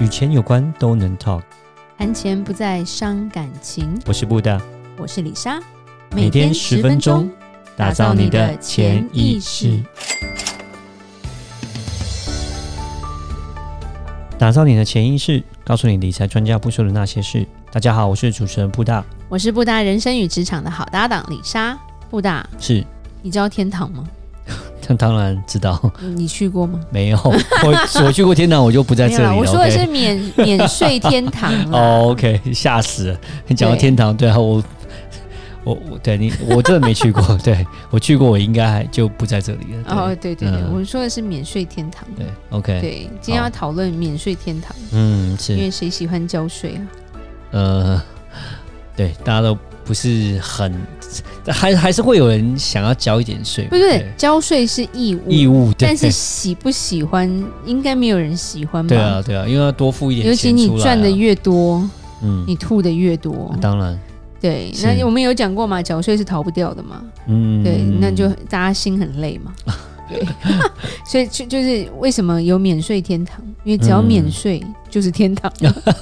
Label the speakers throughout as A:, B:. A: 与钱有关都能 talk。
B: 谈钱不再伤感情。
A: 我是布大，
B: 我是李莎，
A: 每天十分钟，打造你的潜意识，打造你的潜意识，告诉你理财专家不说的那些事。大家好，我是主持人布大，
B: 我是布达人生与职场的好搭档李莎。布达，
A: 是，
B: 你知道天堂吗？
A: 但当然知道
B: 你你去过吗？
A: 没有， 我我去过天堂，我就不在这里了。
B: 我说的
A: OK
B: 是免 免税天堂啦。
A: 哦、o k 吓死了！你讲到
B: 对
A: 天堂，对啊，我我我对你，我真的没去 过，对我去过，我应该还就不在这里了。对
B: 哦，对对对，
A: 嗯
B: 我说的是免税天堂。
A: 对，OK，
B: 对，今天要讨论免税天堂，
A: 嗯，
B: 因
A: 是
B: 为谁喜欢交税啊？
A: 呃，对，大家都不是很，还还是会有人想要交一点税嘛，
B: 不是，交税是义务，
A: 义务，对
B: 但是喜不喜欢，应该没有人喜欢 吧？
A: 对啊，对啊，因为要多付一点
B: 尤其
A: 钱
B: 你
A: 出来啊
B: 赚的越多，
A: 嗯，
B: 你吐的越多。
A: 当然，
B: 对，
A: 是
B: 那我们有讲过嘛，缴税是逃不掉的嘛。
A: 嗯，
B: 对，那就 大家心很累嘛。对， 所以就就是为什么有免税天堂，因为只要免税就是天堂，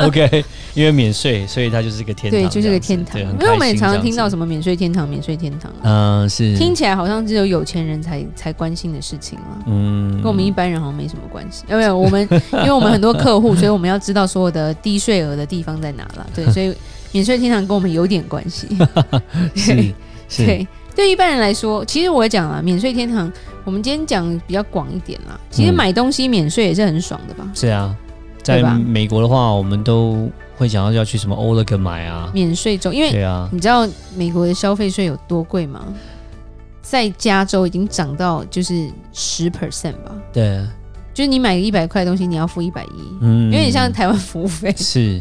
A: OK，因为免税，所以它就是个天堂这
B: 对，
A: 样子，
B: 就是个天堂。
A: 对很
B: 因为我们
A: 开
B: 也
A: 心
B: 常
A: 这
B: 常
A: 样
B: 听
A: 子
B: 到什么免税天堂、免税天堂啊，
A: 嗯，是
B: 听起来好像只有有钱人才才关心的事情了。
A: 嗯，
B: 跟我们一般人好像没什么关系，因为我们因为我们很多 客户，所以我们要知道所有的低税额的地方在哪了。对，所以免税天堂跟我们有点关系。
A: 是是
B: 对，对一般人来说，其实我也讲了，免税天堂，我们今天讲比较广一点啦。其实
A: 嗯
B: 买东西免税也是很爽的吧？
A: 是啊，在
B: 对吧
A: 美国的话，我们都会想要要去什么 Oleg 买啊，
B: 免税中，因为
A: 对啊，
B: 你知道美国的消费税有多贵吗？在加州已经涨到就是十 percent 吧，
A: 对，啊
B: 就是你买一百块的东西，你要付一百一，
A: 嗯
B: 有点像台湾服务费。
A: 是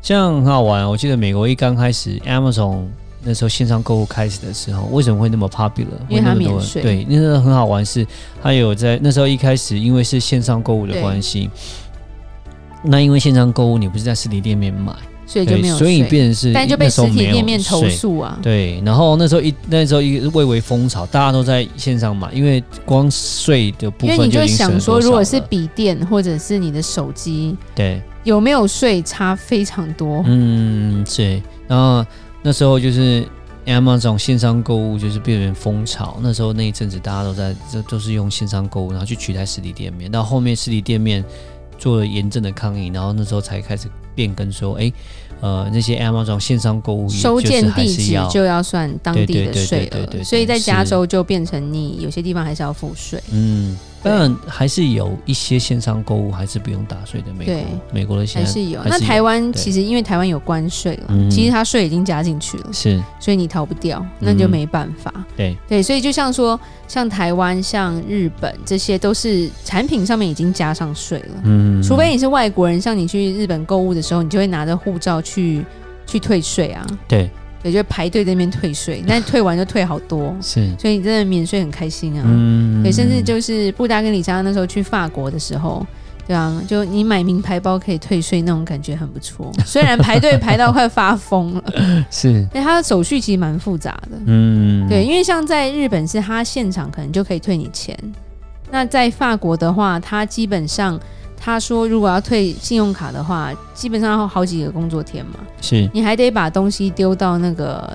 A: 这样很好玩。我记得美国一刚开始 Amazon 那时候线上购物开始的时候，为什么会那么 popular？
B: 因为
A: 会那
B: 它
A: 么多
B: 免税
A: 对，那时候很好玩是，它有在那时候一开始，因为是线上购物的
B: 对
A: 关系。那因为线上购物，你不是在实体店面买，
B: 所以就
A: 对，
B: 没有
A: 所以
B: 税。
A: 变成是
B: 但就被
A: 那时
B: 实
A: 候没
B: 体
A: 有
B: 店面投
A: 税
B: 诉啊，
A: 对，然后那时候一那时候一蔚为风潮，大家都在线上买，因为光税的部
B: 因为
A: 分
B: 你
A: 就
B: 就
A: 已经省
B: 想
A: 了
B: 说，
A: 多
B: 如果
A: 少
B: 是
A: 了
B: 笔电或者是你的手机
A: 对，
B: 有没有税差非常多，
A: 嗯，是，然后那时候就是 Amazon 线上购物就是变成风潮，那时候那一阵子大家都在这都是用线上购物，然后去取代实体店面，到后面实体店面做了严正的抗议，然后那时候才开始变更说，哎，呃，那些 Amazon 线上购物也
B: 收
A: 就是
B: 件
A: 还
B: 地
A: 是
B: 址
A: 要
B: 就要算当地
A: 对对
B: 的
A: 对
B: 税
A: 对对对对
B: 额，所以在
A: 是
B: 加州就变成你有些地方还是要付税。
A: 嗯，
B: 对
A: 当然还是有一些线上购物还是不用打税的。美
B: 对
A: 国，美国的现
B: 还
A: 在
B: 是有，
A: 还
B: 那
A: 是有
B: 台湾
A: 对
B: 其实因为台湾有关税了，
A: 嗯
B: 其实它税已经加进去了，
A: 是
B: 所以你逃不掉，那
A: 嗯
B: 就没办法。
A: 对
B: 对，所以就像说，像台湾、像日本，这些都是产品上面已经加上税了。
A: 嗯
B: 除非你是外国人，像你去日本购物的时候，你就会拿着护照去去退税啊，
A: 对
B: 也就排队在那边退税，那退完就退好多，
A: 是
B: 所以你真的免税很开心啊。
A: 嗯
B: 对，甚至就是布达跟李佳那时候去法国的时候，对啊，就你买名牌包可以退税那种感觉很不错。虽然排队排到快发疯了，
A: 是
B: 但它的手续其实蛮复杂的。
A: 嗯
B: 对，因为像在日本是它现场可能就可以退你钱，那在法国的话，它基本上他说如果要退信用卡的话，基本上要好几个工作天嘛，
A: 是
B: 你还得把东西丢到那个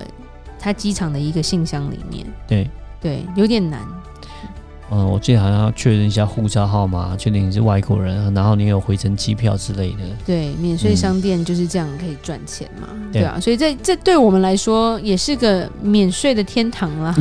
B: 他机场的一个信箱里面。
A: 对。
B: 对，有点难。
A: 嗯，我最好像要确认一下护照号码，确定你是外国人，然后你有回程机票之类的。
B: 对，免税
A: 嗯
B: 商店就是这样可以赚钱嘛，
A: 对
B: 对啊，所以这这对我们来说也是个免税的天堂 啦，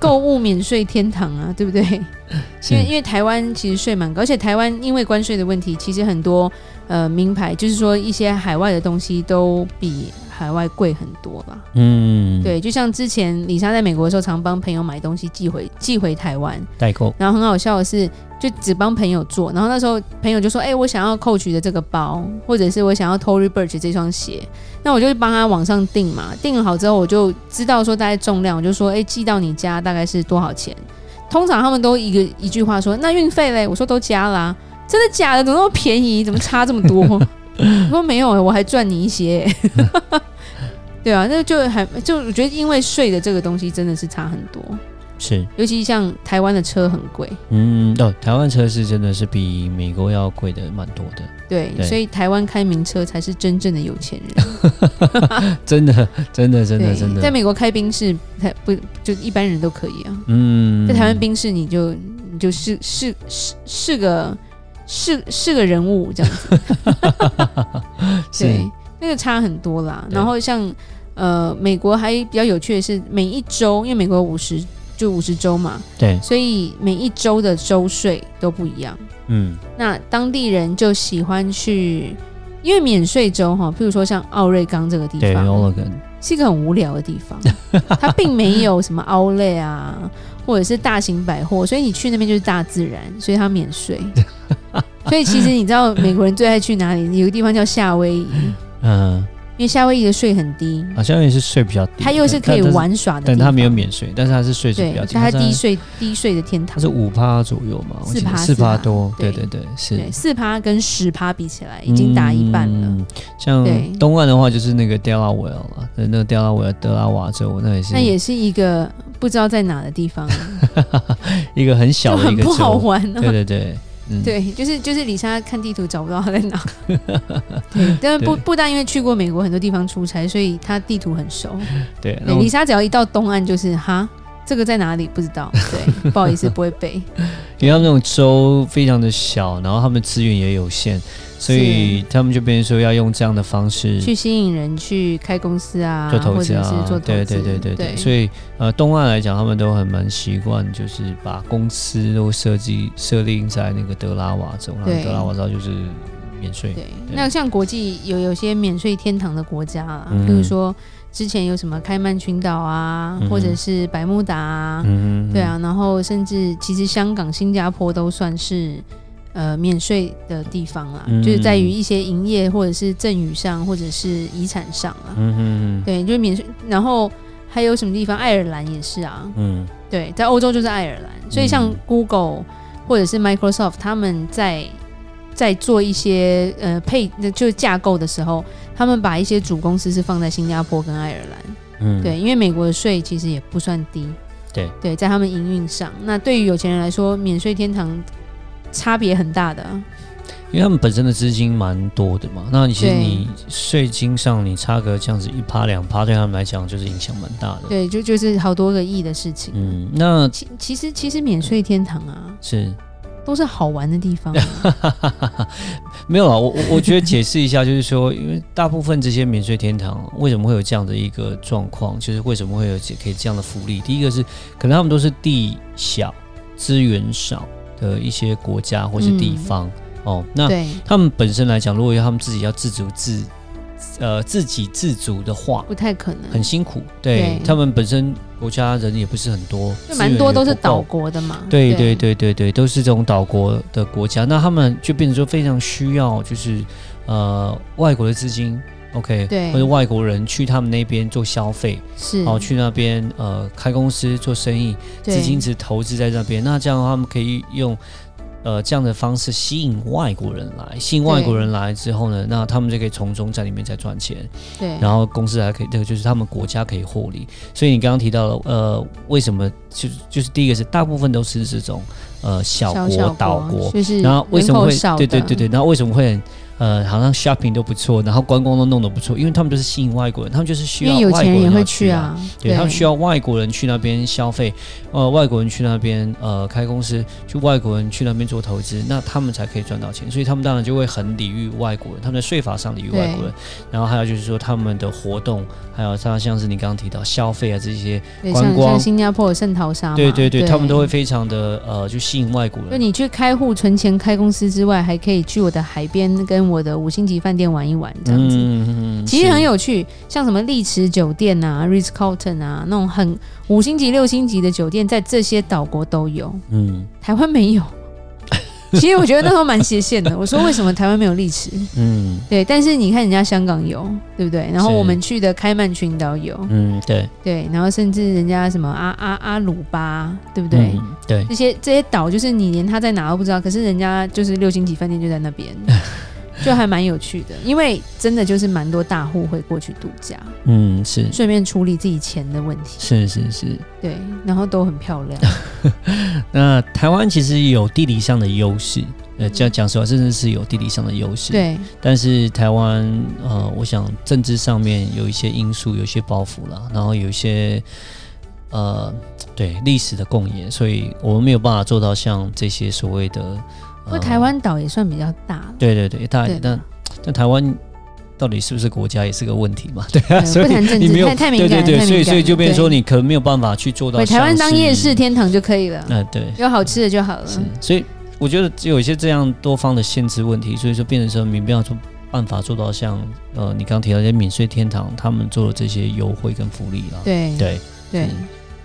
B: 购物免税天堂啊，对不对？因为因
A: 是，
B: 为台湾其实税蛮高，而且台湾因为关税的问题，其实很多呃名牌，就是说一些海外的东西都比海外贵很多啦。
A: 嗯，，
B: 对，就像之前李莎在美国的时候，常帮朋友买东西寄回寄回台湾，
A: 代购，
B: 然后很好笑的是，就只帮朋友做，然后那时候朋友就说：“哎、我想要 Coach 的这个包，或者是我想要 Tory Burch 这双鞋。”那我就帮他网上订嘛，订好之后我就知道说大概重量，我就说：“哎、寄到你家大概是多少钱？”通常他们都一个一句话说：“那运费嘞？”我说：“都加啦、真的假的？怎么那么便宜？怎么差这么多？ 我说没有、我还赚你一些、 对啊，那就还就我觉得因为税的这个东西真的是差很多。
A: 是，
B: 尤其像台湾的车很贵，
A: 嗯，哦，台湾车是真的是比美国要贵的蛮多的，
B: 对，
A: 对
B: 所以台湾开名车才是真正的有钱人。
A: 真的，真的， 真的，
B: 对，
A: 真
B: 在
A: 的，
B: 美国开宾士，台不就一般人都可以啊，
A: 嗯，
B: 在台湾宾士你就你就是是是是个是是个人物这样子，
A: 是
B: 对，那个差很多啦。
A: 对
B: 然后像呃美国还比较有趣的是，每一周因为美国五十就五十州嘛，
A: 对，
B: 所以每一周的州税都不一样。
A: 嗯，
B: 那当地人就喜欢去，因为免税州哈，譬如说像奥瑞冈这个地
A: 对
B: 方，
A: ，Oregon，
B: 是一个很无聊的 地方，它并没有什么奥莱啊，或者是大型百货，所以你去那边就是大自然，所以它免 税。所以其实你知道美国人最爱去哪里？有个地方叫夏威夷，
A: 嗯，
B: 因为夏威夷的税很低，
A: 好像也是税比较低，
B: 它又是可以
A: 但，
B: 玩耍的地
A: 呃但但它
B: 方，
A: 没有免税，但是它是税是比
B: 对
A: 较，低，
B: 它低
A: 是
B: 税低税的天堂
A: 它是。五趴左右嘛，我记得
B: 4%
A: 四趴多，对
B: 对
A: 对对，是
B: 对，四趴跟十趴比起来，已经打一半了。
A: 嗯像
B: 对
A: 东岸的话，就是那个 Delaware 了，那个 Delaware 德拉瓦州，那也是
B: 那也是一个不知道在哪的 地方，
A: 一个很小
B: 就
A: 的一
B: 很
A: 个
B: 不
A: 州，
B: 好玩
A: 对
B: 啊。
A: 对对，嗯，
B: 对，就是就是李莎看地图找不到它 在哪。对，但
A: 对
B: 不不但因为去过美国很多地方出差，所以她地图很 熟。
A: 对。然
B: 对，
A: 后
B: 李莎只要一到东岸就是哈，这个在哪里不知 道。对，不好意思，不会背。
A: 因为他们那种州非常的小，然后他们资源也有限，所以他们就变成说要用这样的方式
B: 去吸引人去开公司
A: 嗯
B: 啊，
A: 做投资
B: 或者
A: 啊
B: 是做，投资，
A: 对对对对对。所
B: 以
A: 以呃，东岸来讲，他们都很蛮习惯，就是把公司都设计设定在那个德拉瓦州，然后
B: 对
A: 德拉瓦州就是免税，
B: 对，那像国际有有些免税天堂的国家啦，
A: 嗯
B: 比如说之前有什么开曼群岛啊，
A: 嗯哼
B: 或者是百慕达啊，
A: 嗯哼
B: 对，啊，然后甚至其实香港、新加坡都算是呃免税的地方啦，
A: 嗯
B: 就是在于一些营业或者是赠与上，或者是遗产上啦，
A: 嗯哼
B: 对，就是免税。然后还有什么地方？爱尔兰也是啊，
A: 嗯
B: 对，在欧洲就是爱尔兰，所以像
A: 嗯
B: Google 或者是 Microsoft 他们在在做一些呃配就是架构的时候，他们把一些主公司是放在新加坡跟爱尔兰。
A: 嗯，
B: 对，因为美国的税其实也不算低。
A: 对
B: 对，在他们营运上，那对于有钱人来说，免税天堂差别很大的啊。
A: 因为他们本身的资金蛮多的嘛，那你其实
B: 对
A: 你税金上你差个这样子一趴两趴，对他们来讲就是影响蛮大的。
B: 对，就就是好多个亿的事情。
A: 嗯，那
B: 其其实其实免税天堂啊，
A: 是
B: 都是好玩的地方啊、
A: 没有啦，我我我觉得解释一下，就是说，因为大部分这些免税天堂为什么会有这样的一个状况，就是为什么会有这可以这样的福利？第一个是可能他们都是地小、资源少的一些国家或是地
B: 嗯
A: 方、哦，那
B: 对
A: 他们本身来讲，如果要他们自己要自足自呃自给自足的话，
B: 不太可能，
A: 很辛苦。对
B: 对
A: 他们本身国家人也不是很多，
B: 就
A: 资源
B: 蛮
A: 也
B: 多都是
A: 不够
B: 岛。国的嘛。
A: 对对对对对，都是这种岛国的国家，那他们就变成说非常需要就是呃外国的资金，OK，
B: 对
A: 或者外国人去他们那边做消费，
B: 是
A: 哦，去那边呃开公司做生意，
B: 对
A: 资金池投资在那边，那这样的话他们可以用呃这样的方式吸引外国人来，吸引外国人来之后呢，那他们就可以从中在里面再赚钱，
B: 对，
A: 然后公司还可以，这个就是他们国家可以获利。所以你刚刚提到了，呃，为什么就是就是第一个是大部分都是这种呃小国
B: 小
A: 岛国，
B: 就是
A: 然后为什么
B: 人口
A: 会
B: 少
A: 对
B: 的
A: 对对对，然后为什么会很呃好像 shopping 都不错，然后观光都弄得不错，因为他们就是吸引外国人，他们就是需
B: 因
A: 要
B: 为有
A: 外
B: 钱
A: 国
B: 人也
A: 人要
B: 会
A: 去
B: 去
A: 啊。
B: 啊，
A: 对他们需要外国人去那边消费，呃，外国人去那边呃开公司，就外国人去那边做投资，那他们才可以赚到钱，所以他们当然就会很礼遇外国人，他们在税法上礼遇外国人，然后还有就是说他们的活动，还有像像是你刚刚提到消费啊这些，
B: 对
A: 观
B: 像
A: 光
B: 像新加坡有圣淘沙嘛，
A: 对对对，他们都会。非常的呃就吸引外国
B: 就
A: 人，
B: 你去开户存钱、开公司之外，还可以去我的海边跟我的五星级饭店玩一玩，这样子。
A: 嗯嗯
B: 其实很
A: 有
B: 有趣，像什么丽池酒店啊、Ritz Carlton 啊，那种很五星级、六星级的酒店，在这些岛国都有，
A: 嗯
B: 台湾没有。 其实我觉得那时候蛮斜线的。我说为什么台湾没有丽池？
A: 嗯
B: 对，但是你看人家香港有，对不对？然后
A: 是
B: 我们去的开曼群岛有，
A: 嗯对
B: 对，然后甚至人家什么阿阿阿鲁巴，对不对？
A: 嗯对
B: 这些这些岛就是你连它在哪都不知道，可是人家就是六星级饭店就在那边，就还蛮有趣的，因为真的就是蛮多大户会过去度假，
A: 嗯，是
B: 顺便处理自己钱的问题，
A: 是是是。
B: 对，然后都很漂亮，
A: 啊那台湾其实有地理上的优势，呃，讲讲实话，真的是有地理上的优势。。
B: 对，
A: 但是呃台湾，呃，我想政治上面有一些因素，有一些包袱啦，然后有一些，呃，对历史的共演，所以我们没有办法做到像这些所谓的。
B: 不
A: 呃
B: 过台湾岛也算比较大了，
A: 对对对，大
B: 对
A: 但但台湾到底是不是国家也是个问题嘛？ 对啊，
B: 呃
A: 所
B: 不谈
A: 以
B: 政
A: 你没
B: 治，
A: 有
B: 太太敏
A: 对
B: 感
A: 对对，
B: 了，太
A: 所以
B: 敏
A: 所以
B: 感
A: 就
B: 了
A: 变成说，
B: 对
A: 你可能没有办法去做到
B: 回台湾
A: 像
B: 当
A: 是
B: 夜市，天堂就可以了，
A: 嗯、对，
B: 有好吃的就好了，
A: 是，所以我觉得只有一些这样多方的限制问题，所以说变成说你没有办法做到像呃你刚提到的免税天堂他们做的这些优惠跟福利啦。
B: 对
A: 对，
B: 对
A: 嗯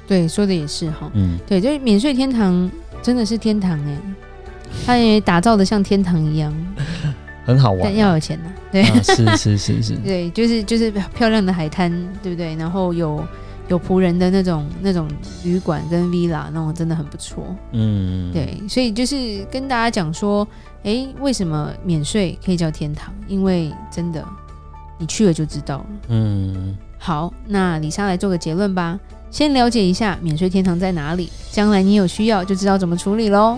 B: 对，说的也是哈，
A: 嗯，
B: 对，就是免税天堂真的是天堂哎、它也打造的像天堂一样，
A: 很好玩
B: 但
A: 啊。
B: 要有钱呐、对、
A: 啊，是是是是，
B: 对，就是就是漂亮的海滩，对不对？然后有有仆人的那种那种旅馆跟 villa 那种真的很不错，
A: 嗯，
B: 对，所以就是跟大家讲说，诶，为什么免税可以叫天堂？因为真的你去了就知道了。
A: 嗯，
B: 好，那李莎来做个结论吧。先了解一下免税天堂在哪里，将来你有需要就知道怎么处理喽。